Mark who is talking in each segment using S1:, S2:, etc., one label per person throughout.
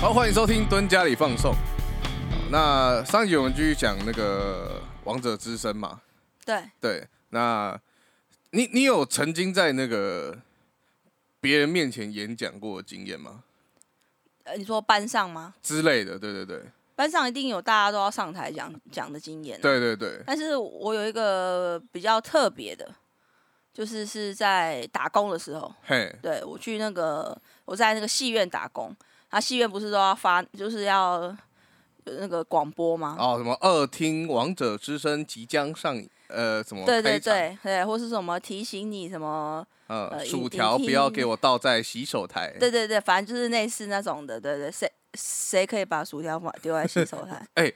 S1: 好，欢迎收听蹲家里放送。那上一集我们继续讲那个王者之声嘛，
S2: 对，
S1: 对，那你你有曾经在那个别人面前演讲过的经验吗？
S2: 呃，你说班上吗？
S1: 之类的，对对对，
S2: 班上一定有大家都要上台讲讲的经验、啊。
S1: 对对对，
S2: 但是我有一个比较特别的，就是是在打工的时候，
S1: 嘿，
S2: 对我去那个我在那个戏院打工，啊，戏院不是都要发就是要呃那个广播吗？
S1: 哦，什么二听王者之声即将上，呃，什么
S2: 对对
S1: 开场，
S2: 对对，或是什么提醒你什么？
S1: 呃，
S2: 呃
S1: 薯
S2: 影
S1: 条
S2: 影
S1: 不要
S2: 厅
S1: 给我倒在洗手台，
S2: 对对对，反正就是类似那种的，对对，谁谁可以把薯条放丢在洗 手台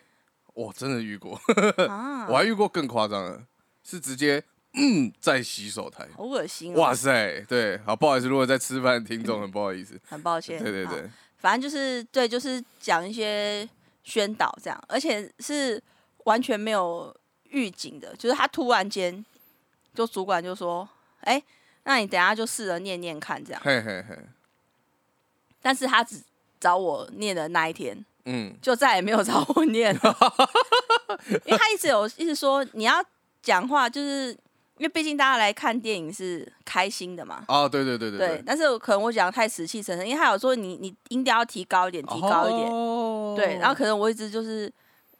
S1: 我真的遇过，
S2: 啊？
S1: 我还遇过更夸张的，是直接嗯在洗手台，
S2: 好恶心、哦！
S1: 哇，塞，对，好不好意思，如果在吃饭的听众很不好意思，
S2: 很抱歉。
S1: 对对
S2: 好
S1: 对，
S2: 反正就是对，就是讲一些宣导这样，而且是完全没有预警的，就是他突然间就主管就说：“哎、那你等一下就试着念念看这样。
S1: 嘿嘿嘿，”
S2: 但是他只找我念的那一天，
S1: 嗯，
S2: 就再也没有找我念了， 因为他一直有一直说你要讲话，就是因为毕竟大家来看电影是开心的嘛。
S1: 哦，对对对对
S2: 对，，但是可能我讲得太死气沉沉，因为他有说你你音调要提高一点，提高一点，
S1: 哦
S2: 对，然后可能我一直就是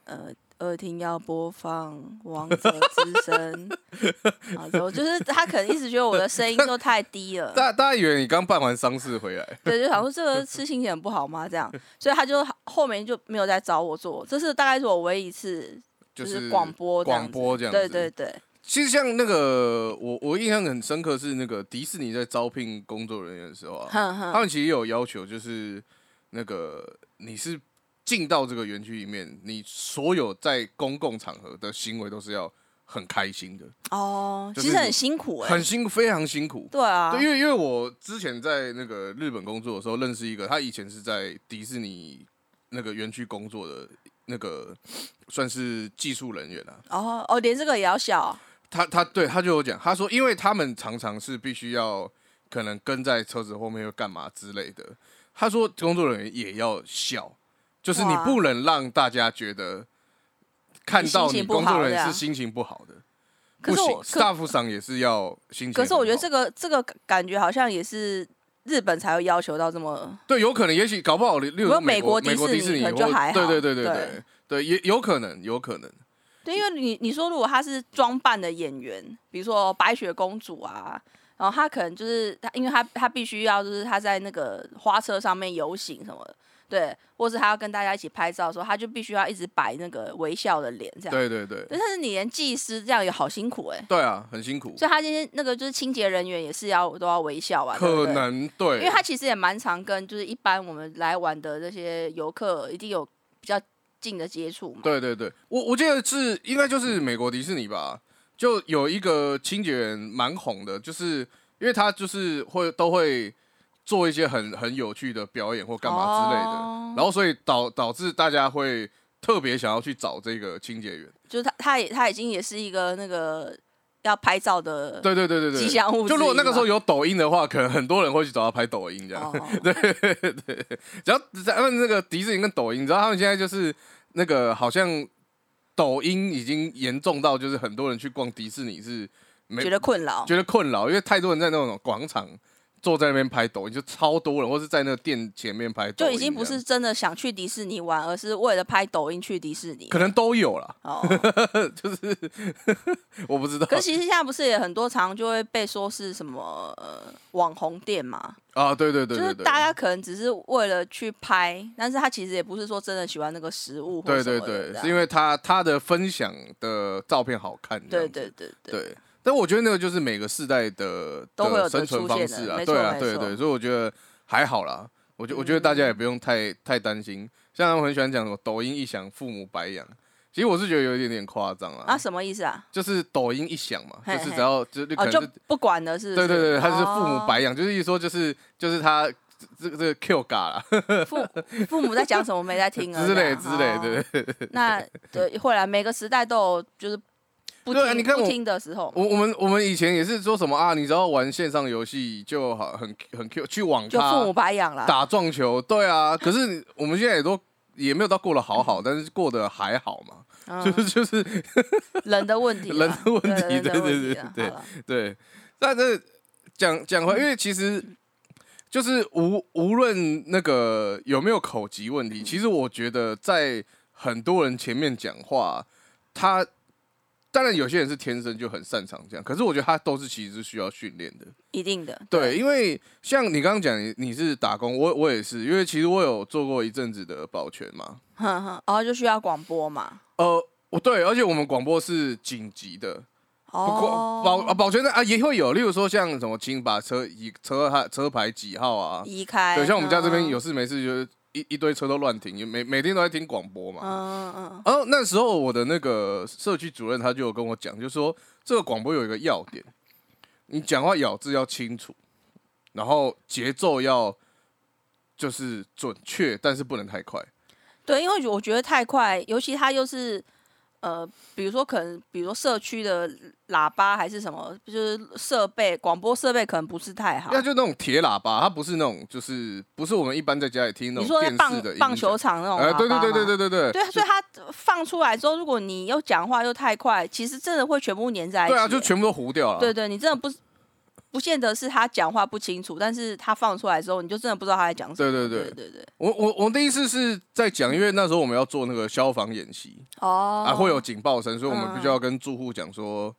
S2: 呃耳听要播放《王者之声》 啊，我就是他可能一直觉得我的声音都太低 了，
S1: 大大家以为你刚办完丧事回来，
S2: 对，就想说这个吃心情很不好吗？这样，所以他就后面就没有再找我做，这是大概是我唯一一次就是是广播这样
S1: 广
S2: 子
S1: 播这样子，
S2: 对对对，
S1: 其实像那个我我印象很深刻是那个迪士尼在招聘工作人员的时候啊，
S2: 哼
S1: 他
S2: 哼，
S1: 们其实有要求，就是那个你是进到这个园区里面，你所有在公共场合的行为都是要很开心的，
S2: 哦，
S1: 就是
S2: 其实
S1: 你
S2: 很辛苦哎、
S1: 很辛苦，非常辛苦。
S2: 对啊，
S1: 对，因为因为我之前在那个日本工作的时候，认识一个，他以前是在迪士尼那个园区工作的那个算是技术人员啊，
S2: 哦哦，连这个也要笑，
S1: 他他对他就有讲，他说因为他们常常是必须要可能跟在车子后面又干嘛之类的，他说工作人员也要笑，就是你
S2: 哇
S1: 不能让大家觉得看到
S2: 心
S1: 你
S2: 情不好
S1: 工作人员
S2: 这
S1: 是
S2: 样
S1: 心情不好的，
S2: 可
S1: 不
S2: 是
S1: 行
S2: 我可
S1: ，staff 上也是要心情很好。
S2: 可是我觉得这个这个感觉好像也是日本才会要求到这么
S1: 对，有可能，也许搞不好，例如
S2: 如果
S1: 美
S2: 美
S1: 国
S2: 国
S1: 美国迪
S2: 迪
S1: 士
S2: 士
S1: 尼
S2: 尼
S1: 或
S2: 可能就还好
S1: 对对对对
S2: 对
S1: 对对，也有可能，有可能。
S2: 对，因为你你说如果他是装扮的演员，比如说白雪公主啊，然后他可能就是他，因为他他必须要就是他在那个花车上面游行什么的，对，或是他要跟大家一起拍照的时候，他就必须要一直摆那个微笑的脸这样。
S1: 对对对
S2: 对，但是你连技师这样也好辛苦哎、
S1: 对啊，很辛苦，
S2: 所以他今天那个就是清洁人员也是要都要微笑啊，对不
S1: 可
S2: 对
S1: 能对，
S2: 因为他其实也蛮常跟就是一般我们来玩的这些游客一定有比较近的接触嘛。
S1: 对对对，我我记得是应该就是美国迪士尼吧，就有一个清洁员蛮红的，就是因为他就是会都会做一些很很有趣的表演或干嘛之类的，
S2: 哦
S1: 然后所以导导致大家会特别想要去找这个清洁员。
S2: 就是他他也他已经也是一个那个要拍照的
S1: 对对对对对，
S2: 吉祥物之一嘛。
S1: 就如果那个时候有抖音的话，可能很多人会去找他拍抖音这样。
S2: 哦，
S1: 只要咱们那个迪士尼跟抖音，你知道他们现在就是那个好像抖音已经严重到就是很多人去逛迪士尼是没
S2: 觉得困扰，
S1: 觉得困扰，因为太多人在那种广场坐在那边拍抖音，就超多人，或是在那个店前面拍抖
S2: 就
S1: 音，
S2: 已经不是。真的想去迪士尼玩，而是为了拍抖音去迪士尼
S1: 可。能都有啦，
S2: 哦，
S1: 我不知道
S2: 可是其实现在不是也很多常就会被说是什么、呃、网红店嘛，
S1: 啊，对对对
S2: 就是
S1: 对对，
S2: 大家可能只是为了去拍，但是他其实也不是说真的喜欢那个食物或
S1: 对
S2: 什
S1: 对
S2: 么的啊这
S1: 对，
S2: 样
S1: 是因为他他的分享的照片好看这样
S2: 对
S1: 子，
S2: 对对对
S1: 对。但我觉得那个就是每个世代的
S2: 都会
S1: 的
S2: 有
S1: 生
S2: 的
S1: 存
S2: 出
S1: 方
S2: 现
S1: 式
S2: 的
S1: 啊，
S2: 没
S1: 对
S2: 错
S1: 啊，
S2: 没
S1: 对
S2: 错嗯
S1: 对，所以我觉得还好啦。我觉我觉得大家也不用太太担心，像他们很喜欢讲什么抖音一响，父母白养。其实我是觉得有一点点夸张啦，
S2: 啊，什么意思啊？
S1: 就是抖音一响嘛，就
S2: 嘿
S1: 是
S2: 嘿
S1: 只要就就可
S2: 哦，
S1: 能
S2: 就是不管了，是不
S1: 对
S2: 是？
S1: 对对，他是父母
S2: 哦
S1: 白养，就是一说就是就是他这这个 Q 嘎啦
S2: 父父母在讲什么没在听 啊？
S1: 之类
S2: 这样
S1: 之类，对。
S2: 哦那对，会啦，每个时代都有就是不
S1: 对啊
S2: 听
S1: 你看
S2: 不
S1: 我
S2: 听的时候，
S1: 我我们我们以前也是说什么啊，你只要玩线上游戏就好，很很 Q，去网
S2: 就父母
S1: 咖
S2: 白养啦。
S1: 打撞球，对啊。可是我们现在也都也没有到过得好好，但是过得还好嘛，
S2: 嗯
S1: 就是 就是
S2: 人的问题 啦，
S1: 人的问题对
S2: 对人的问
S1: 对
S2: 题啦
S1: 对对
S2: 好了
S1: 对。但是讲讲回，因为其实就是无无论那个有没有口疾问题，其实我觉得在很多人前面讲话，他当然有些人是天生就很擅长这样，可是我觉得他都是其实是需要训练的。
S2: 一定的，
S1: 对，因为像你刚刚讲，你你是打工，我我也是，因为其实我有做过一阵子的保全嘛。
S2: 哼哼，然后就需要广播嘛。
S1: 呃，我对，而且我们广播是紧急的，不过保啊
S2: 哦，
S1: 保全的啊也会有，例如说像什么，请把车以车牌车牌几号啊，
S2: 移开。
S1: 对，像我们家这边
S2: 嗯
S1: 有，事没事就是一一堆车都乱停，也每每天都在听广播嘛。
S2: 嗯嗯
S1: 然后那时候我的那个社区主任他就有跟我讲，就说这个广播有一个要点，你讲话咬字要清楚，然后节奏要就是准确，但是不能太快。
S2: 嗯，对，因为我觉得太快，尤其他又是。呃，比如说可能，比如说社区的喇叭还是什么，就是设备广播设备可能不是太好
S1: 那。就那种铁喇叭，它不是那种就是不是我们一般在家里听那
S2: 你
S1: 种
S2: 说在
S1: 电
S2: 棒
S1: 视的音
S2: 棒球
S1: 响。
S2: 场那种
S1: 哎，
S2: 喇叭
S1: 对对对
S2: 吗
S1: 对对对对，啊
S2: 对，所以它放出来之后，如果你又讲话又太快，其实真的会全部粘在一起。
S1: 对啊，就全部都糊掉了。
S2: 对对，你真的不是不见得是他讲话不清楚，但是他放出来之后，你就真的不知道他在讲什么。
S1: 对对对
S2: 对对
S1: 我我我第一次是在讲，因为那时候我们要做那个消防演习，
S2: 哦，
S1: 啊，会有警报声，所以我们
S2: 嗯
S1: 必须要跟住户讲说，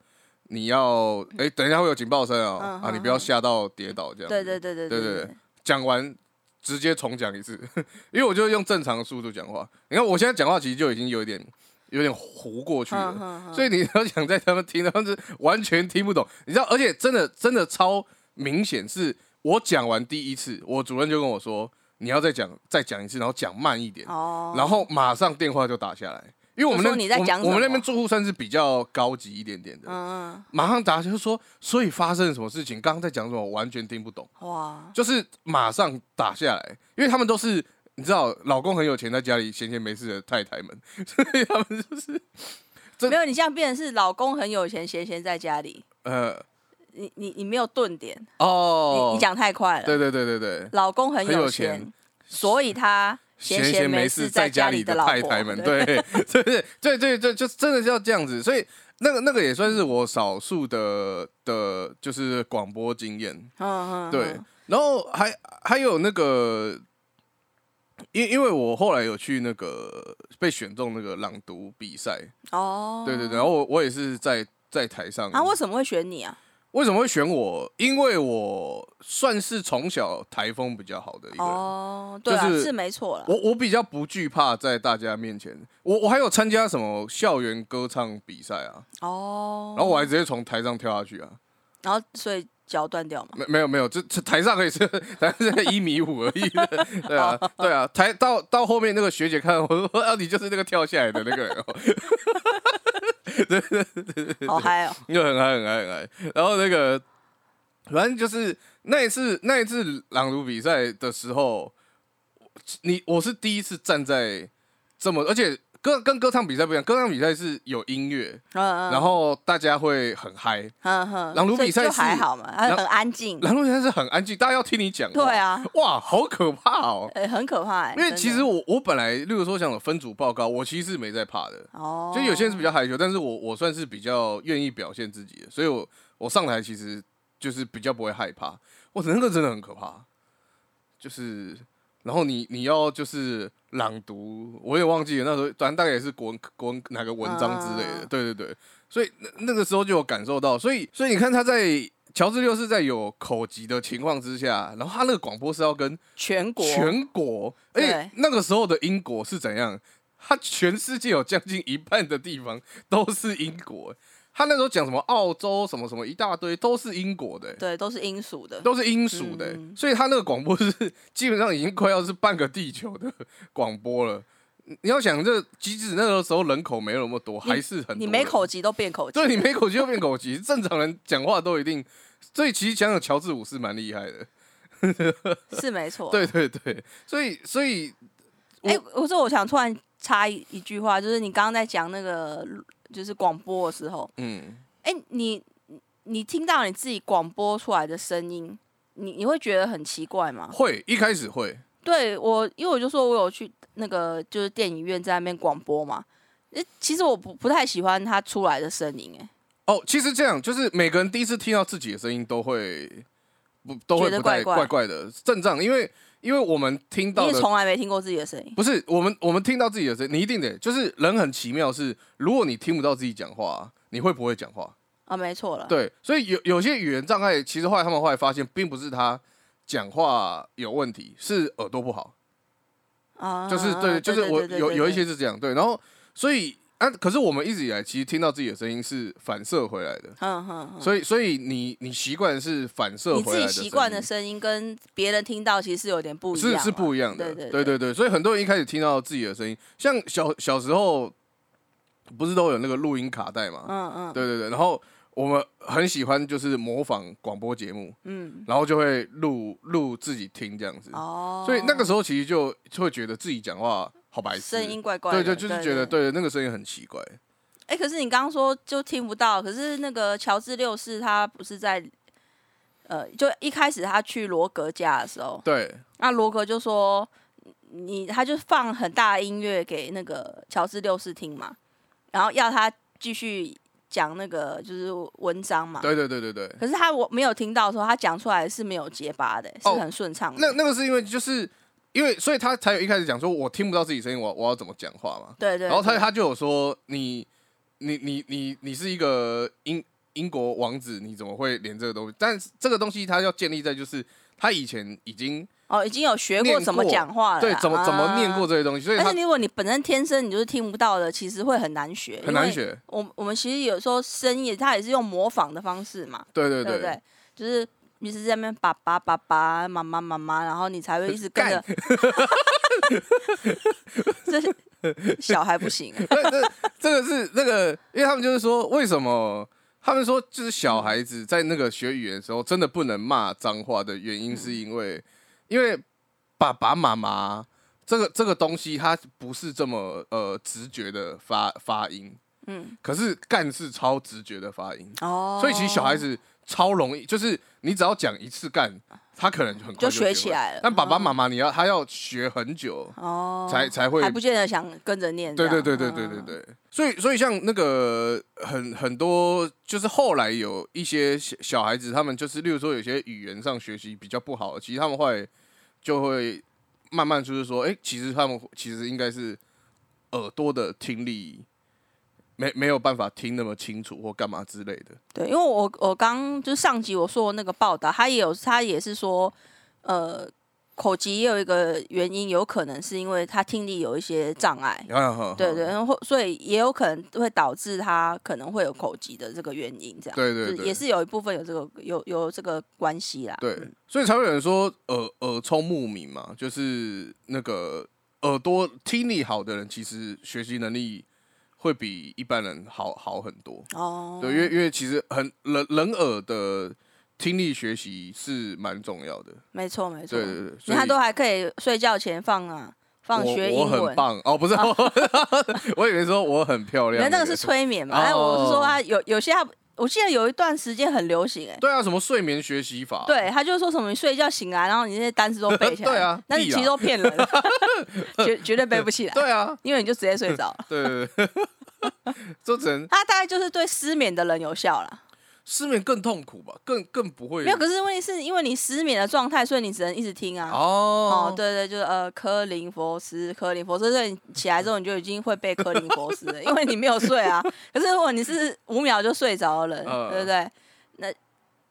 S1: 你要哎、等一下会有警报声哦，
S2: 嗯
S1: 啊，
S2: 嗯
S1: 你不要吓到跌倒这样。
S2: 对对。对对
S1: 对对
S2: 对
S1: 对讲完直接重讲一次， 因为我就用正常的速度讲话。你看我现在讲话其实就已经有一点有点糊过去了，
S2: 嗯
S1: 所以你要想在他们听，他们是完全听不懂。你知道，而且真的真的超明显，是我讲完第一次，我主任就跟我说，你要再讲再讲一次，然后讲慢一点。
S2: 哦，
S1: 然后马上电话就打下来，因为我们
S2: 就
S1: 那
S2: 说你在讲
S1: 我们我们
S2: 什
S1: 那
S2: 么
S1: 边住户算是比较高级一点点的，
S2: 嗯
S1: 马上打就说，所以发生了什么事情，刚刚在讲什么，我完全听不懂，
S2: 嗯哇，
S1: 就是马上打下来，因为他们都是你知道，老公很有钱，在家里闲闲没事的太太们，所以他们就是这
S2: 没有你这样变成是老公很有钱，闲闲在家里，
S1: 呃
S2: 你你你没有顿点，
S1: 哦，
S2: 你你讲太快了。
S1: 对对对对对，
S2: 老公很
S1: 很有
S2: 钱，
S1: 钱
S2: 所以他闲
S1: 闲闲
S2: 没
S1: 没
S2: 事
S1: 事
S2: 在
S1: 在
S2: 家
S1: 家
S2: 里
S1: 里
S2: 的
S1: 的
S2: 老婆
S1: 太太们，
S2: 对
S1: 对对 对对对对，就真的是要这样子。所以那个那个也算是我少数的的，就是广播经验。
S2: 嗯嗯，
S1: 对
S2: 嗯，
S1: 然后还还有那个，因因为我后来有去那个被选中那个朗读比赛，
S2: 哦，
S1: 对对对，然后我我也是在在台上
S2: 啊，为什么会选你啊？
S1: 为什么会选我？因为我算是从小台风比较好的一个人。
S2: 哦，对啊，
S1: 就是
S2: 是没错了。
S1: 我我比较不惧怕在大家面前，我我还有参加什么校园歌唱比赛啊，
S2: 哦，
S1: 然后我还直接从台上跳下去啊，
S2: 然后所以脚断掉嘛。
S1: 没没有没有，这这台上可以是台上是一米五而已，对啊对啊，台到到后面那个学姐看到我说啊你就是那个跳下来的那个人、哦，
S2: 好嗨哦！
S1: 就很嗨很嗨很嗨，然后那个反正就是那一次那一次朗读比赛的时候，你我是第一次站在这么，而且歌跟歌唱比赛不一样，歌唱比赛是有音乐。
S2: 嗯嗯，
S1: 然后大家会很嗨。
S2: 嗯哼，
S1: 朗读
S2: 所以
S1: 比赛
S2: 就是还好嘛，它
S1: 朗
S2: 很安静，
S1: 然后现在是很安静，大家要听你讲。
S2: 对，啊，
S1: 哇，好可怕哦！
S2: 呃，很可怕欸。
S1: 因为
S2: 真
S1: 其
S2: 的
S1: 实我我本来，例如说想分组报告，我其实是没在怕的。
S2: 哦，
S1: 就有些人是比较害羞，但是我我算是比较愿意表现自己的，所以我我上台其实就是比较不会害怕。哇，那个真的很可怕，就是然后你你要就是朗读，我也忘记了那时候，反正大概也是国文国文哪个文章之类的，
S2: 嗯
S1: 对对对，所以那那个时候就有感受到，所以所以你看他在。乔治六世在有口疾的情况之下，然后他那个广播是要跟
S2: 全国
S1: 全国，而
S2: 对
S1: 且那个时候的英国是怎样？他全世界有将近一半的地方都是英国。他那时候讲什么澳洲什么什么一大堆，都是英国的、
S2: 对都是英属的，
S1: 都是英属的、
S2: 嗯
S1: 所以他那个广播是基本上已经快要是半个地球的广播了。你你要想，这即使那个时候人口没有那么多，还是很多
S2: 你没
S1: 人
S2: 口疾都变口疾，
S1: 对你没口疾就变口疾，正常人讲话都一定。所以其实想想乔治五是蛮厉害的，
S2: 是没错。
S1: 对对对，所以所以
S2: 哎，我说我想突然插一一句话，就是你刚刚在讲那个就是广播的时候，
S1: 嗯，
S2: 哎、你你听到你自己广播出来的声音，你你会觉得很奇怪吗？
S1: 会一开始会，
S2: 对我，因为我就说我有去那个就是电影院在那边广播嘛，诶其实我不不太喜欢它出来的声音、哎，
S1: 哦，其实这样就是每个人第一次听到自己的声音都会不都会
S2: 觉得
S1: 不太
S2: 怪怪
S1: 怪怪的阵仗，因为因为我们听
S2: 你
S1: 到
S2: 也
S1: 的
S2: 从来没听过自己的声音，
S1: 不是我们我们听到自己的声音，你一定得就是人很奇妙是，如果你听不到自己讲话，你会不会讲话？
S2: 啊，没错了，
S1: 对，所以有有些语言障碍，其实后来他们后来发现，并不是他讲话有问题，是耳朵不好，
S2: 啊，
S1: 就是对，就是我有有一些是这样，对，然后所以啊，可是我们一直以来其实听到自己的声音是反射回来的，
S2: 嗯，嗯嗯，
S1: 所以所以你你习惯是反射
S2: 你
S1: 回
S2: 自
S1: 来
S2: 己
S1: 的，
S2: 习惯的声音跟别人听到其实是有点不一样
S1: 是
S2: 啊，
S1: 是不一样的，
S2: 对
S1: 对
S2: 对
S1: 对对，所以很多人一开始听到自己的声音，像小小时候不是都有那个录音卡带嘛，
S2: 嗯嗯，
S1: 对对对，然后我们很喜欢就是模仿广播节目，
S2: 嗯，
S1: 然后就会录录自己听这样子，
S2: 哦，
S1: 所以那个时候其实就就会觉得自己讲话好白痴，
S2: 声音怪怪的，
S1: 对对，就是觉得对那个声音很奇怪，
S2: 哎、可是你刚刚说就听不到，可是那个乔治六世他不是在，呃，就一开始他去罗格家的时候，
S1: 对
S2: 那罗格就说你，他就放很大的音乐给那个乔治六世听嘛，然后要他继续讲那个就是文章嘛。
S1: 对对对对对，
S2: 可是他我没有听到的时候，他讲出来是没有结巴的、是
S1: 哦
S2: 很顺畅的。
S1: 那那个是因为就是因为所以他才有一开始讲说我听不到自己声音，我我要怎么讲话嘛，
S2: 对对，
S1: 然后他
S2: 对
S1: 他就有说你你你你你是一个英英国王子，你怎么会连这个东西？但是这个东西他要建立在就是他以前已经
S2: 哦已经有学过
S1: 念
S2: 怎么
S1: 过
S2: 讲话了啦，
S1: 对怎么怎么念
S2: 啊
S1: 过这些东西，所以
S2: 但
S1: 他
S2: 是如果你本身天生你就是听不到的，其实会很难学，
S1: 很难。学。
S2: 我我们其实有时候声音，它也是用模仿的方式嘛，
S1: 对对
S2: 对不对？就是你是在那边爸爸爸爸妈妈妈妈，然后你才会一直跟着。 这小孩不行，
S1: 对，这这个是那个，因为他们就是说为什么。他们说，就是小孩子在那个学语言的时候，真的不能骂脏话的原因，是因为，因为爸爸妈妈这个这个东西，它不是这么呃直觉的发发音，
S2: 嗯，
S1: 可是干是超直觉的发音，
S2: 哦，
S1: 所以其实小孩子超容易，就是你只要讲一次干，他可能就很快
S2: 就学
S1: 学
S2: 起
S1: 会
S2: 来了
S1: 但爸爸妈妈，你要他要学很久
S2: 哦
S1: 才才会
S2: 还，不见得想跟着念这
S1: 对
S2: 样，嗯
S1: 对对对对对对。所以所以像那个很很多，就是后来有一些小小孩子，他们就是例如说有些语言上学习比较不好，其实他们会就会慢慢就是说，哎、其实他们其实应该是耳朵的听力。没没有办法听那么清楚或干嘛之类的，
S2: 对，因为我我刚就上集我说的那个报道，他也有他也是说，呃，口疾也有一个原因，有可能是因为他听力有一些障碍，
S1: 啊，
S2: 对对，然后所以也有可能会导致他可能会有口疾的这个原因，这样
S1: 对对
S2: 就是
S1: 对
S2: 也是有一部分有这个有有这个关系啦。
S1: 对，所以才会有人说耳耳聪目明嘛，就是那个耳朵听力好的人，其实学习能力会比一般人好好很多。
S2: 哦，
S1: 对，因为因为其实很人人耳的听力学习是蛮重要的。
S2: 没错没错，
S1: 对对对，
S2: 你
S1: 所以
S2: 看嗯都还可以睡觉前放啊放
S1: 我
S2: 学
S1: 我
S2: 英
S1: 很
S2: 文，
S1: 棒哦，不是， 我以为说我很漂
S2: 你
S1: 亮。
S2: 看那个是催眠嘛，
S1: 哦
S2: 哎，我是说他有有些他我记得有一段时间很流行哎、
S1: 对啊，什么睡眠学习法？
S2: 对，他就说什么你睡一觉醒来，然后你那些单词都背起 来，
S1: 对啊
S2: 但是
S1: 屁
S2: 其
S1: 啊
S2: 实都骗人 的，绝绝对背不起来，
S1: 对啊，
S2: 因为你就直接睡着了。
S1: 对对对， 就只能
S2: 它大概就是对失眠的人有效啦，
S1: 失眠更痛苦吧，更更不会
S2: 没有。可是问题是因为你失眠的状态，所以你只能一直听啊。
S1: 哦
S2: 哦，对对，就是呃，科林佛斯，科林佛斯，所以你起来之后你就已经会背科林佛斯了， 因为你没有睡啊。可是如果你是五秒就睡着的人，
S1: 嗯
S2: 对不对？那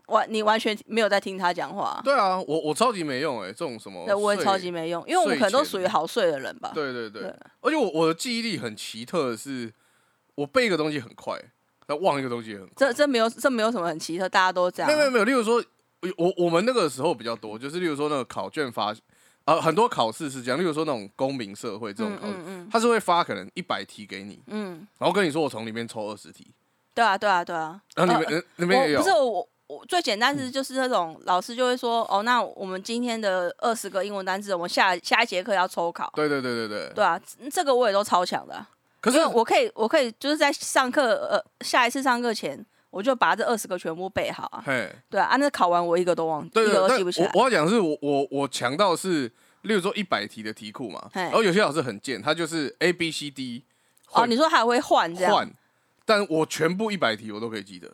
S2: 完你完全没有在听他讲话，
S1: 对啊，我我超级没用哎、这种什么，
S2: 那我也超级。没用，因为我们可能都
S1: 睡
S2: 属
S1: 前
S2: 于好睡的人吧。
S1: 对对对，
S2: 对
S1: 而且我我的记忆力很奇特的是，我背一个东西很快，但忘一个东西也很快。
S2: 这这没有这没有什么很奇特，大家都这样
S1: 没有没有没有，例如说，我我们那个时候比较多，就是例如说那个考卷发，呃，很多考试是这样，例如说那种公民社会这种
S2: 嗯
S1: 考试，
S2: 嗯嗯
S1: 他是会发可能一百题给你，
S2: 嗯，
S1: 然后跟你说我从里面抽二十题，
S2: 对啊对啊对啊。
S1: 然后你
S2: 呃
S1: 们、呃、你们也
S2: 我
S1: 有嗯
S2: 不是我我最简单是就是那种老师就会说，哦，那我们今天的二十个英文单字，我们下下一节课要抽考，
S1: 对对对对对。
S2: 对啊，这这个我也都超强的啊、
S1: 可是
S2: 因为我可以，我可以就是在上课呃下一次上课前，我就把这二十个全部背好啊，
S1: 嘿，
S2: 对啊，啊那考完我一个都忘，
S1: 对
S2: 一
S1: 对
S2: 个都
S1: 但
S2: 记不起来
S1: 我，我要讲的是我我我强到是，例如说一百题的题库嘛，
S2: 嘿
S1: 然后有些老师很贱，他就是 A B C D
S2: 哦，
S1: 换
S2: 你说还会换这样，
S1: 换，但我全部一百题我都可以记得，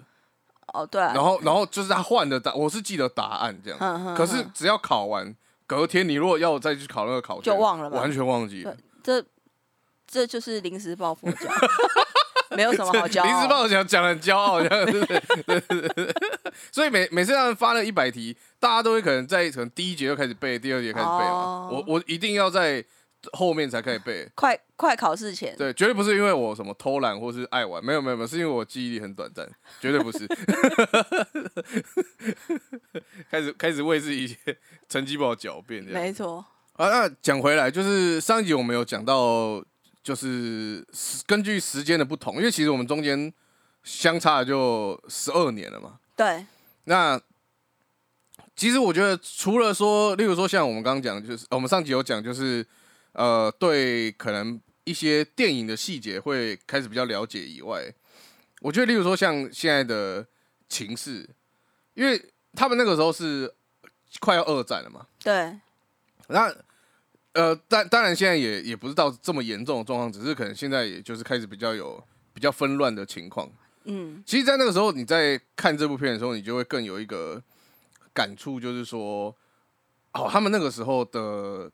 S2: 哦对啊，
S1: 然后然后就是他换的答，我是记得答案这样，
S2: 哼哼
S1: 可是
S2: 哼
S1: 只要考完，隔天你如果要我再去考那个考卷，
S2: 就忘了吧
S1: 完全忘记了
S2: 对。这这就是临时抱佛 脚，没有什么好骄傲
S1: 临时抱佛脚讲得很骄傲，这样子。对对对对 所以每每次他们发了一百题，大家都会可能在可能第一节就开始背，第二节开始背嘛。
S2: 哦
S1: 我我一定要在后面才开始背，
S2: 快快考试前，
S1: 对，绝对不是因为我什么偷懒或是爱玩，没有没有没有，是因为我记忆力很短暂，绝对不是。 开始开始为自己一些成绩不好狡辩这样。
S2: 没错，
S1: 啊，那讲回来，就是上一集我们有讲到，就是时根据时间的不同，因为其实我们中间相差了就十二年了嘛。
S2: 对，
S1: 那其实我觉得，除了说，例如说像我们刚刚讲，就是呃我们上集有讲，就是呃，对可能一些电影的细节会开始比较了解以外，我觉得，例如说像现在的情势，因为他们那个时候是快要二战了嘛，
S2: 对，
S1: 那呃，当当然现在也也不是到这么严重的状况，只是可能现在也就是开始比较有比较纷乱的情况。
S2: 嗯，
S1: 其实，在那个时候，你在看这部片的时候，你就会更有一个感触，就是说，哦，他们那个时候的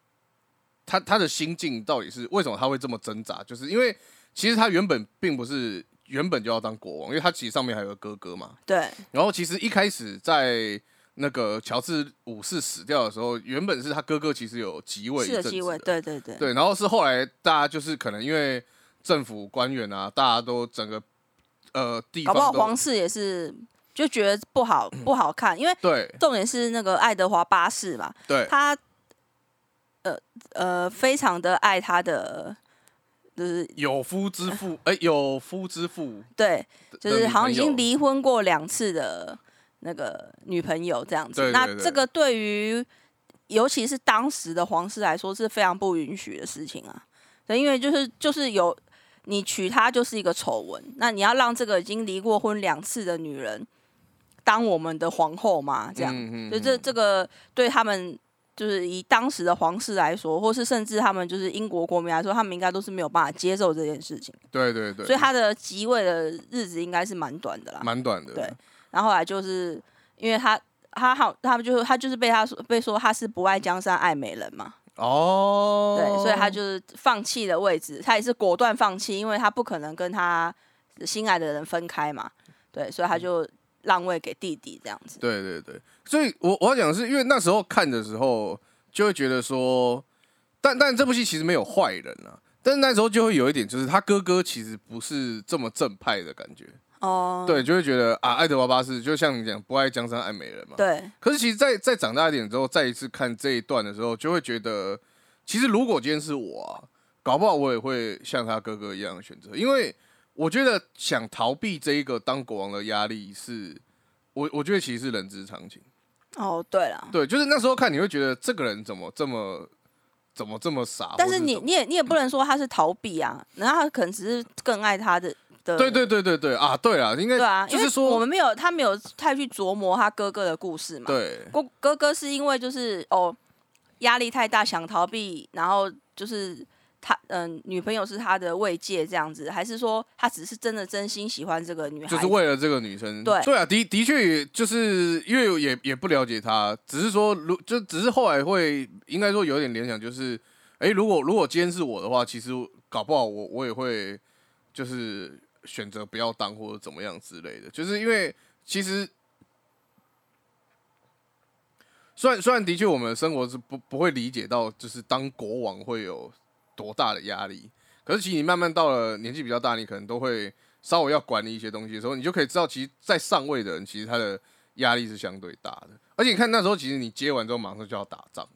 S1: 他他的心境到底是为什么他会这么挣扎？就是因为其实他原本并不是原本就要当国王，因为他其实上面还有个哥哥嘛。
S2: 对，
S1: 然后其实一开始在那个乔治五世死掉的时候，原本是他哥哥其实有即位一
S2: 是
S1: 阵
S2: 有
S1: 子
S2: 机会，
S1: 的
S2: 对对对，
S1: 对，然后是后来大家就是可能因为政府官员啊，大家都整个呃地
S2: 搞
S1: 方
S2: 不好
S1: 都
S2: 皇室也是就觉得不好不好看，因为
S1: 对
S2: 重点是那个爱德华八世嘛，
S1: 对
S2: 他呃呃非常的爱他的。就是
S1: 有夫之妇，哎、有夫之妇
S2: 对，就
S1: 的
S2: 是
S1: 女
S2: 好像
S1: 朋
S2: 已
S1: 友
S2: 经离婚过两次的那个女朋友这样子。
S1: 对对对
S2: 那这个对于尤其是当时的皇室来说是非常不允许的事情啊。对，因为就是就是有你娶她就是一个丑闻，那你要让这个已经离过婚两次的女人当我们的皇后嘛？这样，
S1: 嗯嗯
S2: 就这
S1: 嗯
S2: 这个对他们。就是以当时的皇室来说，或是甚至他们就是英国国民来说，他们应该都是没有办法接受这件事情。
S1: 对对对，
S2: 所以他的即位的日子应该是蛮短的啦。
S1: 蛮短的，
S2: 对然后后来就是因为他他好，他们就是他就是被他说被说他是不爱江山爱美人嘛，
S1: 哦，
S2: 对，所以他就是放弃了位置，他也是果断放弃，因为他不可能跟他心爱的人分开嘛，对，所以他就让位给弟弟这样子。
S1: 对对对，所以我我要讲的是，因为那时候看的时候就会觉得说，但但这部戏其实没有坏人啊，但是那时候就会有一点，就是他哥哥其实不是这么正派的感觉，
S2: 哦，
S1: 对，就会觉得啊，爱德华八世就像你讲不爱江山爱美人嘛，
S2: 对
S1: 可是其实再再长大一点之后，再一次看这一段的时候，就会觉得，其实如果今天是我啊，搞不好我也会像他哥哥一样的选择，因为我觉得想逃避这一个当国王的压力是，我我觉得其实是人之常情。
S2: 哦，对了。
S1: 对，就是那时候看你会觉得这个人怎么这么怎么这么傻，
S2: 但
S1: 或
S2: 是
S1: 是
S2: 你
S1: 怎么
S2: 你也你也不能说他是逃避啊，然后他可能只是更爱他的的
S1: 对对对对对啊，对啦，应该
S2: 对啊，
S1: 就
S2: 因为
S1: 是说
S2: 我们没有他没有太去琢磨他哥哥的故事嘛，
S1: 对
S2: 哥哥哥是因为就是哦压力太大想逃避，然后就是他嗯、女朋友是他的慰藉这样子，还是说他只是真的真心喜欢这个女孩子？
S1: 就是为了这个女生，
S2: 对
S1: 对啊，的的确也就是因为也也不了解她，只是说如就只是后来会应该说有点联想，就是哎、诶如果如果今天是我的话，其实搞不好我我也会就是选择不要当或者怎么样之类的，就是因为其实。虽然虽然的确，我们的生活是不不会理解到，就是当国王会有多大的压力。可是其实你慢慢到了年纪比较大，你可能都会稍微要管理一些东西的时候，你就可以知道，其实，在上位的人，其实他的压力是相对大的。而且你看那时候，其实你接完之后，马上就要打仗，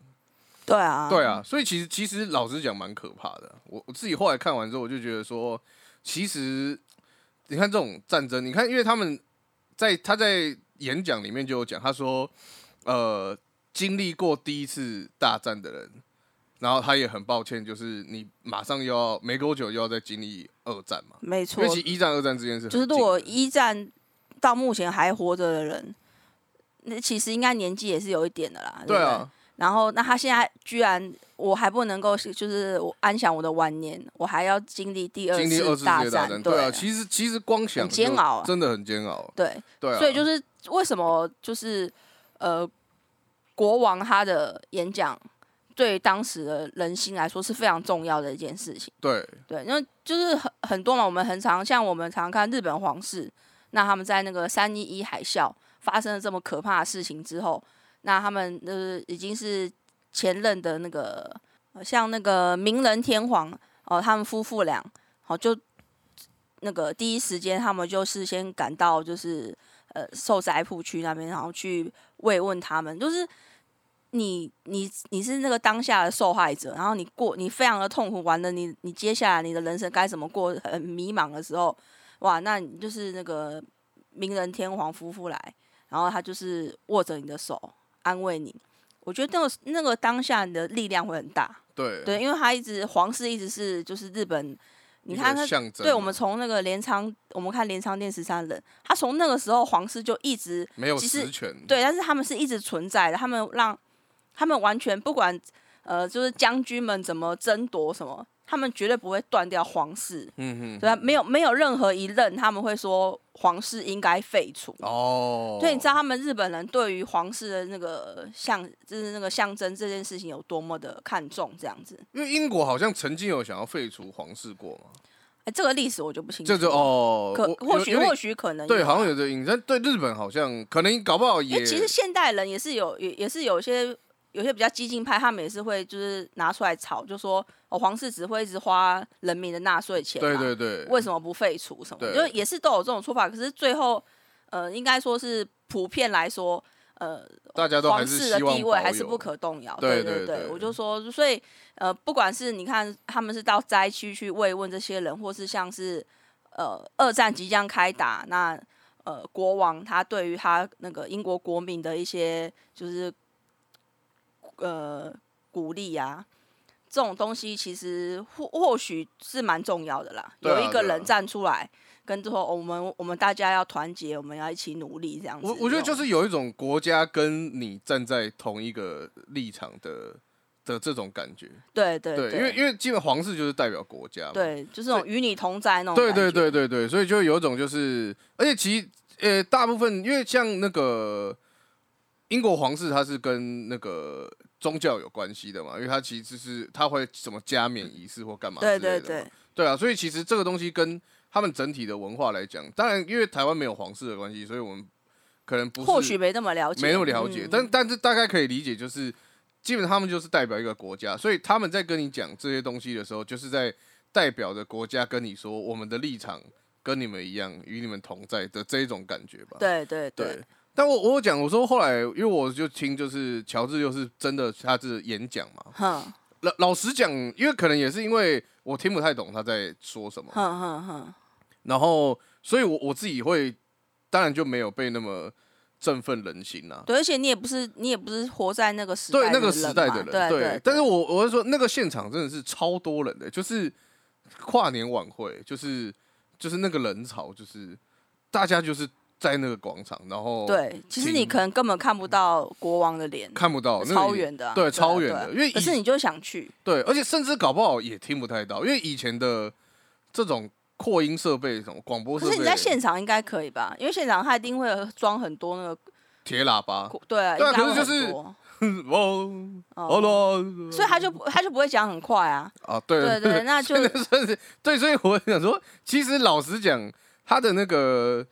S2: 对啊，
S1: 对，啊，所以其实其实老实讲，蛮可怕的。我我自己后来看完之后，我就觉得说，其实你看这种战争，你看，因为他们在他在演讲里面就有讲，他说，呃，经历过第一次大战的人，然后他也很抱歉，就是你马上又要没多久又要再经历二战嘛，
S2: 没
S1: 因
S2: 错
S1: 为，其实一战、二战之间是很
S2: 就是如
S1: 近
S2: 果
S1: 的
S2: 一战到目前还活着的人，那其实应该年纪也是有一点的啦。
S1: 对
S2: 不
S1: 啊，
S2: 然后，那他现在居然我还不能够是，就是我安享我的晚年，我还要经历第二
S1: 经历二次世
S2: 次
S1: 界大
S2: 战，
S1: 战，
S2: 对
S1: 啊，其实其实光想
S2: 很煎
S1: 就
S2: 熬啊
S1: 真的很煎熬，
S2: 对，
S1: 对啊，
S2: 所以就是为什么就是呃，国王他的演讲对当时的人心来说是非常重要的一件事情。
S1: 对
S2: 对，因为就是很很多嘛，我们很常像我们常看日本皇室，那他们在那个三一一海啸发生了这么可怕的事情之后，那他们就是已经是前任的那个，呃像那个明仁天皇哦、他们夫妇俩哦、就那个第一时间他们就是先赶到就是呃受灾户区那边，然后去慰问他们，就是。你你你是那个当下的受害者，然后你过你非常的痛苦，完了你你接下来你的人生该怎么过，很迷茫的时候，哇，那你就是那个名人天皇夫妇来，然后他就是握着你的手安慰你，我觉得那个那个当下你的力量会很大，
S1: 对
S2: 对，因为他一直皇室一直是就是日本，你
S1: 一个
S2: 看他
S1: 象征嘛，
S2: 对我们从那个镰仓，我们看镰仓殿十三人，他从那个时候皇室就一直
S1: 没有
S2: 其实
S1: 实权，
S2: 对，但是他们是一直存在的，他们让他们完全不管呃，就是将军们怎么争夺什么，他们绝对不会断掉皇室，
S1: 嗯
S2: 对啊，没有没有任何一任他们会说皇室应该废除。
S1: 哼，哦，
S2: 对，你知道他们日本人对于皇室的那个象，就是那个象征这件事情有多么的看重，这样子。
S1: 因为英国好像曾经有想要废除皇室过嘛，
S2: 哎、这个历史我就不清楚
S1: 这
S2: 了。
S1: 就哦，
S2: 可
S1: 我
S2: 或
S1: 有
S2: 许
S1: 有点
S2: 或许可能
S1: 对，
S2: 有
S1: 好像
S2: 啊
S1: 有这个影，但对日本好像可能搞不好
S2: 因
S1: 也
S2: 为其实现代人也是有也也是有些有些比较激进派，他们也是会就是拿出来吵，就说哦，皇室只会一直花人民的纳税钱，啊
S1: 对，对对，
S2: 为什么不废除什么？
S1: 对
S2: 就也是都有这种说法，可是最后呃，应该说是普遍来说，呃，
S1: 大家都还
S2: 皇
S1: 是
S2: 室的
S1: 希望
S2: 地位
S1: 保
S2: 还是
S1: 有
S2: 不可动摇。
S1: 对
S2: 对
S1: 对对
S2: 我就说，所以呃，不管是你看他们是到灾区去慰问这些人，或是像是呃二战即将开打，那呃国王他对于他那个英国国民的一些就是呃鼓励啊。这种东西其实或或许是蛮重要的啦，
S1: 对啊
S2: 有一个
S1: 对啊
S2: 人站出来，跟之后我们我们大家要团结，我们要一起努力这样子。
S1: 我我觉得就
S2: 这种
S1: 是有一种国家跟你站在同一个立场的的这种感觉，
S2: 对对
S1: 对，因为因为基本皇室就是代表国家嘛，
S2: 对，就是那种与你同在那种
S1: 对
S2: 感
S1: 对
S2: 觉
S1: 对对对，所以就有一种就是，而且其实呃，大部分因为像那个英国皇室，它是跟那个宗教有关系的嘛，因为它其实是它会什么加冕仪式或干嘛之类
S2: 对
S1: 的嘛，
S2: 对对，
S1: 对啊，所以其实这个东西跟他们整体的文化来讲，当然因为台湾没有皇室的关系，所以我们可能不是
S2: 或许没那么了解，
S1: 没有了解，
S2: 嗯
S1: 但但是大概可以理解，就是基本上他们就是代表一个国家，所以他们在跟你讲这些东西的时候，就是在代表着国家跟你说我们的立场跟你们一样，与你们同在的这一种感觉吧。
S2: 对对
S1: 对。
S2: 对
S1: 但我我有讲我说后来，因为我就听就是乔治又是真的他是演讲嘛，
S2: 哼
S1: 老老实讲，因为可能也是因为我听不太懂他在说什么，
S2: 哼哼哼，
S1: 然后所以我我自己会当然就没有被那么振奋人心啦、
S2: 对，而且你也不是你也不是活在那个时代
S1: 对
S2: 的
S1: 那个时代
S2: 嘛
S1: 的人，
S2: 对对，
S1: 但是
S2: 对
S1: 我我是说，那个现场真的是超多人的，就是跨年晚会，就是就是那个人潮，就是大家就是在那个广场，然后
S2: 对，其实你
S1: 挺
S2: 可能根本看不到国王的脸，
S1: 看不到那个
S2: 超
S1: 也
S2: 远的啊，
S1: 对
S2: 啊
S1: 超远
S2: 对啊
S1: 的因为
S2: 可
S1: 以
S2: 是你就想去，
S1: 对，而且甚至搞不好也听不太到，因为以前的这种扩音设备、什么广播设
S2: 可
S1: 备，
S2: 是你在现场应该可以吧？因为现场他一定会装很多那个
S1: 铁喇叭，
S2: 对啊，
S1: 对啊可是
S2: 应该会
S1: 就是
S2: 很多
S1: 哦
S2: 哦
S1: 哦咯，
S2: 所以他就不他就不会讲很快啊，
S1: 啊，对
S2: 对对，那就
S1: 真的算是对，所以我想说，其实老实讲，他的那个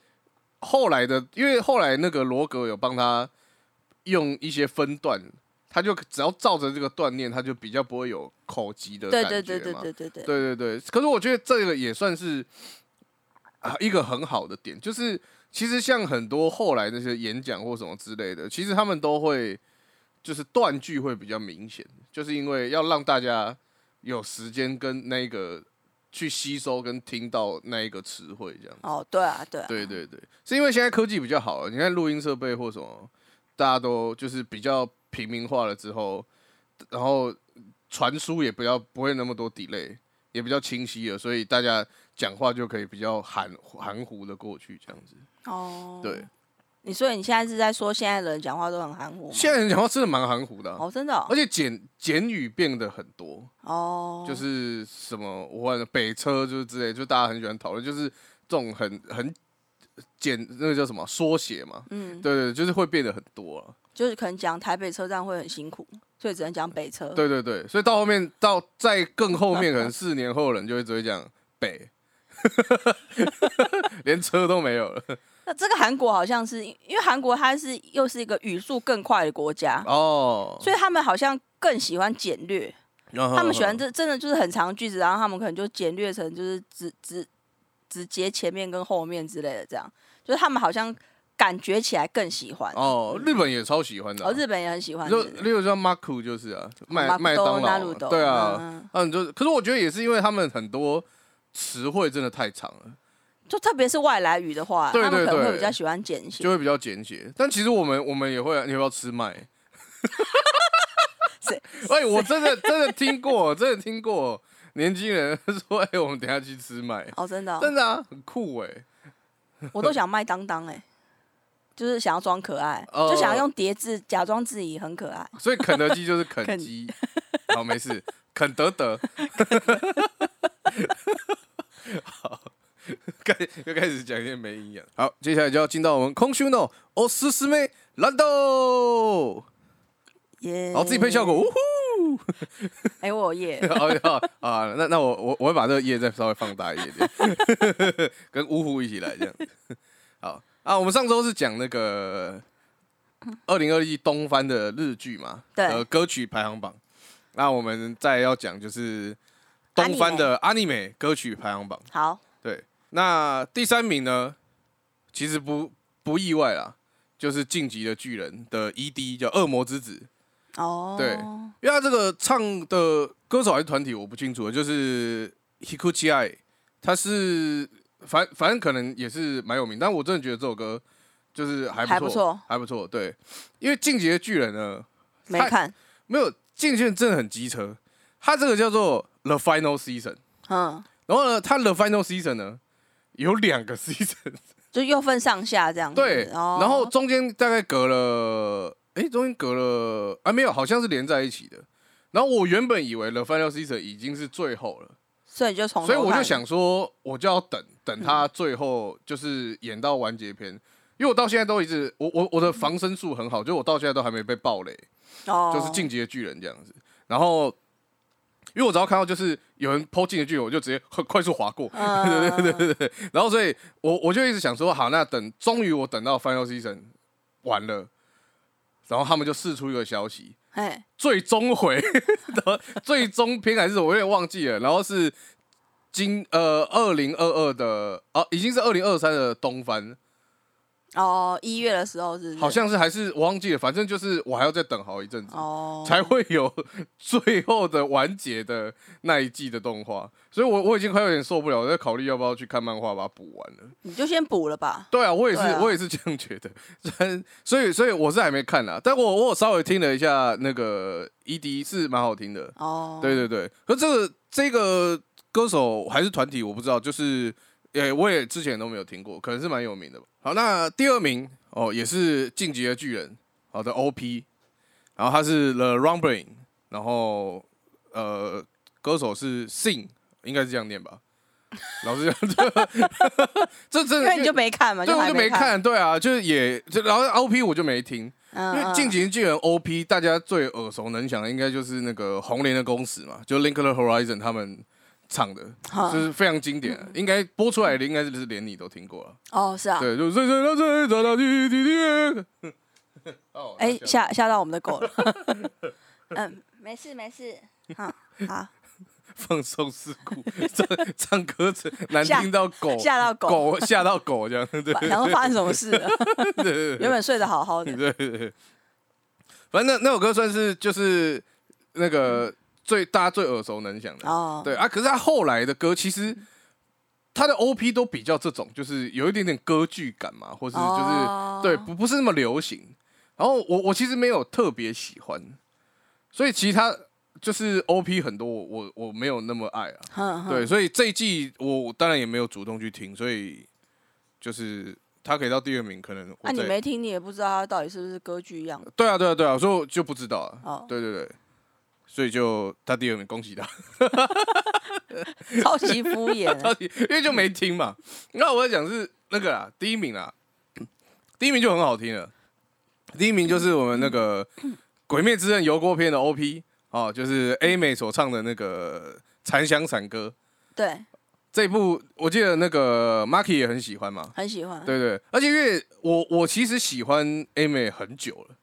S1: 后来的，因为后来那个罗格有帮他用一些分段，他就只要照着这个锻炼，他就比较不会有口疾的
S2: 对
S1: 感觉
S2: 对
S1: 嘛。
S2: 对对对对
S1: 对
S2: 对，
S1: 对对可是我觉得这个也算是啊一个很好的点，就是其实像很多后来那些演讲或什么之类的，其实他们都会就是断句会比较明显，就是因为要让大家有时间跟那个去吸收跟听到那一个词汇这样。
S2: 哦，对啊，对啊，
S1: 对对对，是因为现在科技比较好了，你看录音设备或什么，大家都就是比较平民化了之后，然后传输也比较不会那么多 delay，也比较清晰了，所以大家讲话就可以比较含含糊的过去这样子。
S2: 哦，
S1: 对，，
S2: 你所以你现在是在说现在的人讲话都很含糊吗？
S1: 现在人讲话真的蛮含糊的啊、
S2: 哦，真的哦
S1: 而且简简语变得很多，
S2: 哦，
S1: 就是什么我忘了北车就是之类，就大家很喜欢讨论，就是这种很很简那个叫什么缩写嘛，
S2: 嗯，
S1: 对对，就是会变得很多啊。
S2: 就是可能讲台北车站会很辛苦，所以只能讲北车。
S1: 对对对，所以到后面到在更后面，可能四年后的人就会只会讲北， 连车都没有了。
S2: 那这个韩国好像是因因为韩国它是又是一个语速更快的国家，
S1: 哦，
S2: 所以他们好像更喜欢简略，他
S1: 他
S2: 们喜欢这真的就是很长句子，然后他们可能就简略成就是直直直接前面跟后面之类的这样，就是他们好像感觉起来更喜欢。
S1: 哦，日本也超喜欢的啊、
S2: 哦，日本也很喜欢。
S1: 就是
S2: 不是
S1: 例如说 Marku 就是啊，麦
S2: 马古
S1: 麦当
S2: 豆纳
S1: 劳
S2: 鲁
S1: 嘛，
S2: 豆
S1: 对啊，
S2: 嗯
S1: 嗯，就是，可是我觉得也是因为他们很多词汇真的太长了，
S2: 就特别是外来语的话，
S1: 对
S2: 他们
S1: 对
S2: 可能会
S1: 对
S2: 比较喜欢简写
S1: 就。会比较简洁。但其实我们我们也会啊，你要不要吃麦？
S2: 谁
S1: 哎、我真的真的听过，真的听过年轻人说，哎、我们等一下去吃麦。
S2: 哦，真的哦、
S1: 真的啊，很酷哎、
S2: 我都想麦当当哎、就是想要装可爱，
S1: 哦
S2: 就想要用叠字假装自己很可爱。
S1: 所以肯德基就是肯基，好没事，肯德德。 好，开又开始讲一些没营养。好，接下来就要进到我们空虚诺哦，思思妹兰豆，
S2: 耶、
S1: 然后自己配效果，。呜呼。。
S2: 哎、我有耶
S1: 哦哦啊，那那我我我会把这个页再稍微放大一点点，跟芜湖一起来这样。好啊，我们上周是讲那个二零二一东番的日剧嘛，
S2: 对
S1: 呃，歌曲排行榜。那我们再要讲就是东番的阿尼美歌曲排行榜。
S2: 好，
S1: 对，那第三名呢，其实不不意外啦，就是《晋级的巨人》的 ED 叫《恶魔之子》。
S2: 哦，
S1: 对因为他这个唱的歌手还是团体，我不清楚了。就是 Hikuchi Ai，他是反反正可能也是蛮有名，但我真的觉得这首歌就是还不错，
S2: 还不错，
S1: 还不错。对，因为《进击的巨人》呢，
S2: 没看，
S1: 没有《进击的巨人真的很机车，他这个叫做 The Final Season，
S2: 嗯，
S1: 然后呢，他 The Final Season 呢有两个 season，
S2: 就又分上下这样子。
S1: 对，
S2: 哦、
S1: 然后中间大概隔了，诶，中间隔了啊，没有，好像是连在一起的。然后我原本以为《The Final Season》已经是最后了，
S2: 所以你就从，
S1: 所以我就，想说，我就要等等他最后就是演到完结篇，因为我到现在都一直我我我的防身术很好，就我到现在都还没被暴雷，
S2: 哦，
S1: 就是《进击的巨人》这样子。然后，因为我只要看到就是有人抛《进击的巨人》，我就直接很快速划过，
S2: 嗯，对对对对，
S1: 然后所以我我就一直想说，好，那等终于我等到 Final Season 完了，然后他们就释出一个消息，
S2: 哎，
S1: 最终回， 然后最终篇还是什么我有点忘记了，然后是今呃二零二二的啊，已经是二零二三的东番，
S2: 哦，一月的时候是不是
S1: 好，像是还是我忘记了，反正就是我还要再等好一阵子。
S2: 哦，
S1: 才会有最后的完结的那一季的动画，所以我我已经快有点受不了，我在考虑要不要去看漫画把它补完了。
S2: 你就先补了吧。
S1: 对啊，我也是，
S2: 对啊
S1: 我也是这样觉得。 虽然所以，所以我是还没看啦，但我我有稍微听了一下那个 ED 是蛮好听的。
S2: 哦，
S1: 对对对，可这个这个歌手还是团体，我不知道，就是诶、我也之前都没有听过，可能是蛮有名的吧。好，那第二名哦，也是《进击的巨人》好的 OP，然后他是 The Rumbling，然后呃，歌手是 Sing，应该是这样念吧？老师这 样，这这真
S2: 因
S1: 的
S2: 为你就没看嘛，
S1: 对，我
S2: 还
S1: 就没
S2: 看，
S1: 看，对啊，就是也，就然后 OP 我就没听，因
S2: 嗯，
S1: 为
S2: 嗯
S1: 《进击的巨人》OP 大家最耳熟能详的应该就是那个红莲的公使嘛，就 Link to the Horizon 他们唱的，
S2: 好嗯
S1: 就是非常经典，应该播出来的应该是连你都听过了，
S2: 哦，是啊，
S1: 对，就最最到最找到滴滴滴，哦，
S2: 哎，
S1: 笑
S2: 吓吓到我们的 狗了。嗯，没事没事，好，好，
S1: 放松事故，唱唱歌词难听到狗
S2: 吓到狗，
S1: 哦狗吓到狗这样，对
S2: 发然后发生什么 事了？原本睡得好好的，
S1: 对对对，反正那那首歌算是就是那个最大家最耳熟能详的。
S2: 哦，
S1: 对啊，可是他后来的歌其实他的 OP 都比较这种，就是有一点点歌剧感嘛，或是就是、
S2: 哦
S1: 对不不是那么流行。然后我我其实没有特别喜欢，所以其他就是 OP 很多我我我没有那么爱啊。
S2: 哼，嗯哼
S1: 对，，所以这一季我我当然也没有主动去听，所以就是他给到第二名，可能
S2: 那
S1: 我
S2: 啊你
S1: 再、
S2: 没听，你也不知道它到底是不是歌剧一样的
S1: 对啊对啊对啊，所以我就不知道啊。
S2: 哦，
S1: 对对对，所以就他第二名，恭喜他，
S2: 超级敷衍
S1: 超级因为就没听 嘛。那我在讲是那个啦，第一名啦，第一名就很好听了。第一名就是我们那个《鬼灭之刃》油锅篇的 OP 哦，就是 A 美所唱的那个《残响散歌》
S2: 对，
S1: 这一部，我记得那个 Maki 也很喜欢嘛。
S2: 很喜欢，
S1: 对对，而且因为我我其实喜欢 A 美很久了，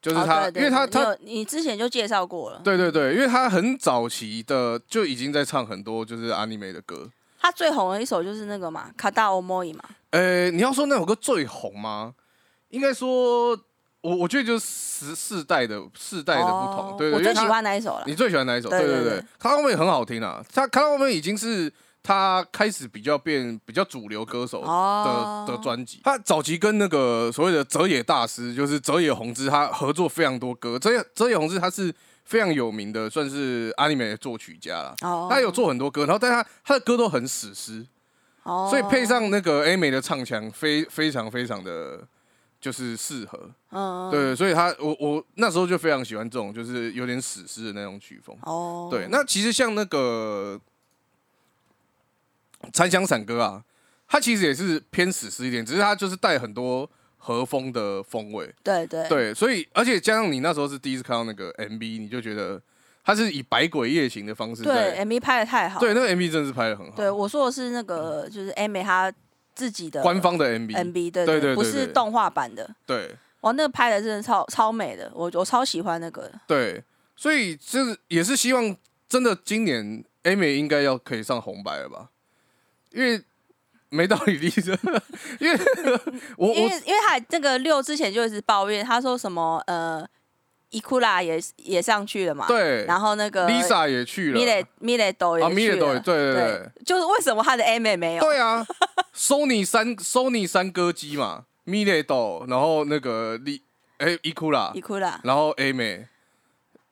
S1: 就是
S2: 哦
S1: 她，
S2: 对对
S1: 因为她
S2: 你
S1: 她
S2: 有你之前就介绍过了，
S1: 对对对，因为他很早期的就已经在唱很多就是 anime 的歌。
S2: 他最红的一首就是那个嘛，《卡大 o m o 嘛，
S1: 呃，你要说那首歌最红吗？应该说，我我觉得就是时世代的世代的不同。
S2: 哦
S1: 对对，
S2: 我
S1: 因为
S2: 最
S1: 他
S2: 喜欢哪一首了
S1: 你？最喜欢哪一首？
S2: 对
S1: 对
S2: 对
S1: 对，
S2: 对
S1: 卡拉 OK 很好听啊，他卡拉 OK 已经是他开始比较变比较主流歌手的、
S2: 哦
S1: 的专辑。他早期跟那个所谓的泽野大师，就是泽野弘之，他合作非常多歌。泽野泽野弘之他是非常有名的，算是 anime 的作曲家啦。
S2: 哦
S1: 他有做很多歌，然后但他他的歌都很史诗，
S2: 哦，
S1: 所以配上那个 A 美的唱腔，非非常非常的就是适合。
S2: 嗯，嗯，
S1: 对，所以他我我那时候就非常喜欢这种就是有点史诗的那种曲风。
S2: 哦，
S1: 对，那其实像那个《残响散歌》啊，它其实也是偏史诗一点，只是它就是带很多和风的风味。
S2: 对对，
S1: 对，所以而且加上你那时候是第一次看到那个 MV，你就觉得它是以百鬼夜行的方式在。
S2: 对，MV 拍的太好，
S1: 对，那个 MV 真的是拍的很好，
S2: 对，我说的是那个就是 M 她自己的
S1: 官方的 MV，
S2: MV，对
S1: 对对
S2: 不
S1: 对
S2: 是
S1: 对
S2: 动画版的。
S1: 对
S2: 哇，那个拍的真的超超美的，我我超喜欢那个的。
S1: 对，所以就是也是希望真的今年 Amy 应该要可以上红白了吧，因为没道理的， 因为我
S2: 因
S1: 我
S2: 为因为他那个六之前就一直抱怨，他说什么呃，伊库拉也也上去了嘛，，
S1: 对
S2: 然后那个
S1: Lisa 也去了，
S2: 米雷米雷斗也
S1: 啊米
S2: 去
S1: 雷都
S2: 了，
S1: 也对对对
S2: 就是为什么他的 M 妹没有？
S1: 对啊，Sony 三 Sony 三歌姬嘛，米雷斗，然后那个利哎伊库拉
S2: 伊，库拉，
S1: 然后 Amy，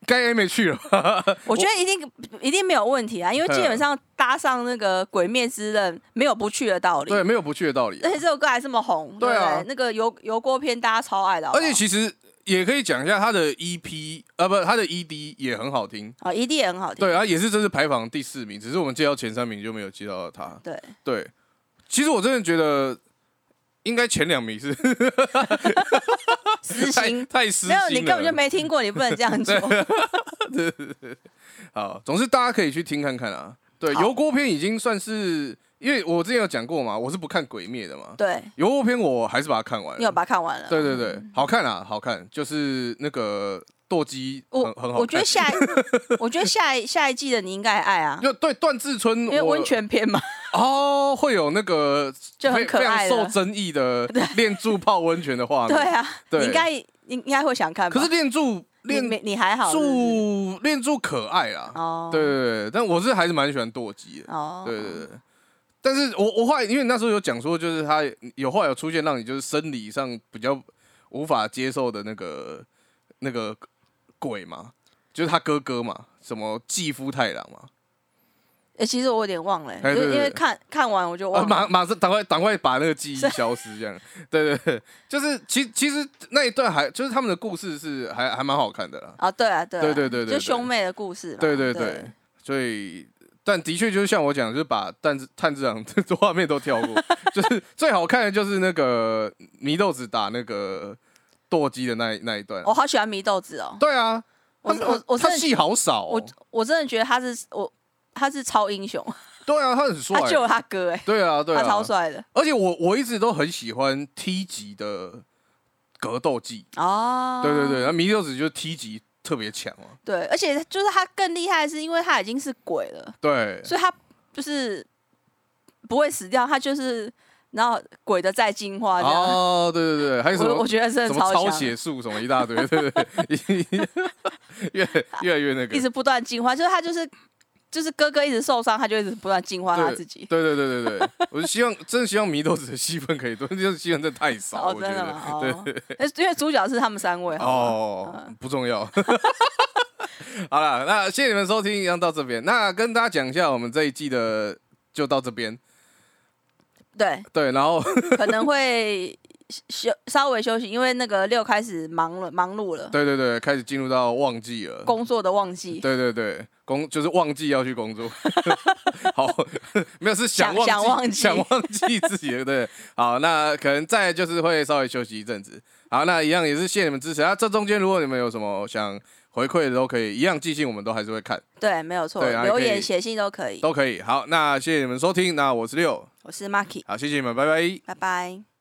S1: 该 Amy 去了吧，
S2: 我觉得一定一定没有问题啊，因为基本上搭上那个《鬼灭之刃》，没有不去的道理。
S1: 对，没有不去的道理啊、
S2: 而且这首歌还这么红，
S1: 对啊
S2: 不那个油油锅片大家超爱的好不
S1: 而
S2: 好，
S1: 且其实也可以讲一下他的 EP，啊不，他的 ED 也很好听。
S2: 啊，ED 也很好听，
S1: 对，啊，也是这次排行第四名，只是我们介绍前三名就没有介绍到他。
S2: 对
S1: 对，其实我真的觉得应该前两名是
S2: 私
S1: 太
S2: 心。
S1: 太 私
S2: 没
S1: 心
S2: 有
S1: 了，，
S2: 你根本就没听过，你不能这样 做。
S1: 好，总之大家可以去听看看啊。对，
S2: 好
S1: 油锅篇已经算是，因为我之前有讲过嘛，我是不看鬼灭的嘛。
S2: 对，
S1: 油锅篇我还是把它看完
S2: 你有嗯
S1: 了。
S2: 把它看完了？
S1: 对对对，好看啊，好看，就是那个舵机很
S2: 我
S1: 很好看。
S2: 我觉得 下一，我觉得下一下一季的你应该也爱啊，
S1: 就对段志春，
S2: 因为
S1: 我
S2: 温泉篇嘛，
S1: 哦，会有那个
S2: 就很
S1: 非
S2: 可
S1: 非
S2: 爱
S1: 常
S2: 了
S1: 受争议的练柱泡温泉的画面。
S2: 对啊，
S1: 对
S2: 你应该你应该会想看吧？
S1: 可是练柱练
S2: 你没你还好是不是
S1: 柱练柱可爱啦。
S2: 哦，
S1: 对对对，但我是还是蛮喜欢舵机的。
S2: 哦，
S1: 对对对。但是我我后来因为那时候有讲说，就是他有后来有出现让你就是生理上比较无法接受的那个那个鬼嘛，就是他哥哥嘛，什么继夫太郎嘛，
S2: 诶其实我有点忘了，
S1: 哎对
S2: 因为
S1: 对
S2: 因
S1: 对
S2: 为看看完我就
S1: 啊，
S2: 忘
S1: 马
S2: 了。
S1: 马上赶快赶快把那个记忆消失， 这样。对对对，就是其其实那一段还就是他们的故事是还还蛮好看的啦。
S2: 啊，对啊，对啊，
S1: 对对对对
S2: 就兄妹的故事嘛。
S1: 对对
S2: 对
S1: 对，所以但的确就是像我讲，就是把炭治炭治郎 的画面都跳过， 就是最好看的就是那个祢豆子打那个舵机的那一那一段啊。
S2: 我好喜欢祢豆子哦，
S1: 对啊，
S2: 我
S1: 他
S2: 我我
S1: 他
S2: 真的
S1: 戏好少、
S2: 我
S1: 哦，
S2: 我真的觉得他是我他是超英雄，
S1: 对啊，他很帅
S2: 他，救了他哥哎、
S1: 对啊对
S2: 他超
S1: 啊，
S2: 帅的
S1: 而且我我一直都很喜欢 T 级的格斗技。
S2: 哦。
S1: 对对对，然后迷六子就是 T 级特别强哦嘛，
S2: 对，而且就是他更厉害，是因为他已经是鬼了，
S1: 对
S2: 所以他就是不会死掉，他就是然后鬼的再进化这样。
S1: 哦，对对对，还有什
S2: 我
S1: 么
S2: 我觉得真
S1: 什
S2: 的
S1: 么
S2: 超
S1: 抄
S2: 强，
S1: 写术什么一大堆，对对对，越越来越那个
S2: 一，直不断进化，就是他就是就是哥哥一直受伤，他就一直不断进化他自己。
S1: 对对对对对，我就希望真的希望祢豆子的戏份可以多， 就是戏份真的太少，
S2: 哦，
S1: 我觉
S2: 真的
S1: 得
S2: 吗？哦，那因为主角是他们三位。好吗
S1: 哦，不重要。 好了，那谢谢你们收听，一样到这边。那跟大家讲一下，我们这一季的就到这边。
S2: 对，
S1: 对，然后
S2: 可能会休稍微休息，因为那个六开始忙了，忙碌了，
S1: 对对对，开始进入到旺季了。
S2: 工作的旺季。
S1: 对对对，工就是旺季要去工 作。好，没有是想
S2: 想
S1: 忘记
S2: 想忘记
S1: 想忘记自己的对。好，那可能再就是会稍微休息一阵子。好，那一样也是谢谢你们支持。啊那这中间如果你们有什么想回馈的，都可以一样寄信，我们都还是会看，
S2: 对，没有错，
S1: 对啊
S2: 留
S1: 可以
S2: 言、写信都可以。
S1: 都可以。好，那谢谢你们收听，那我是六，
S2: 我是 Marky，
S1: 好，谢谢你们，拜拜。
S2: 拜拜。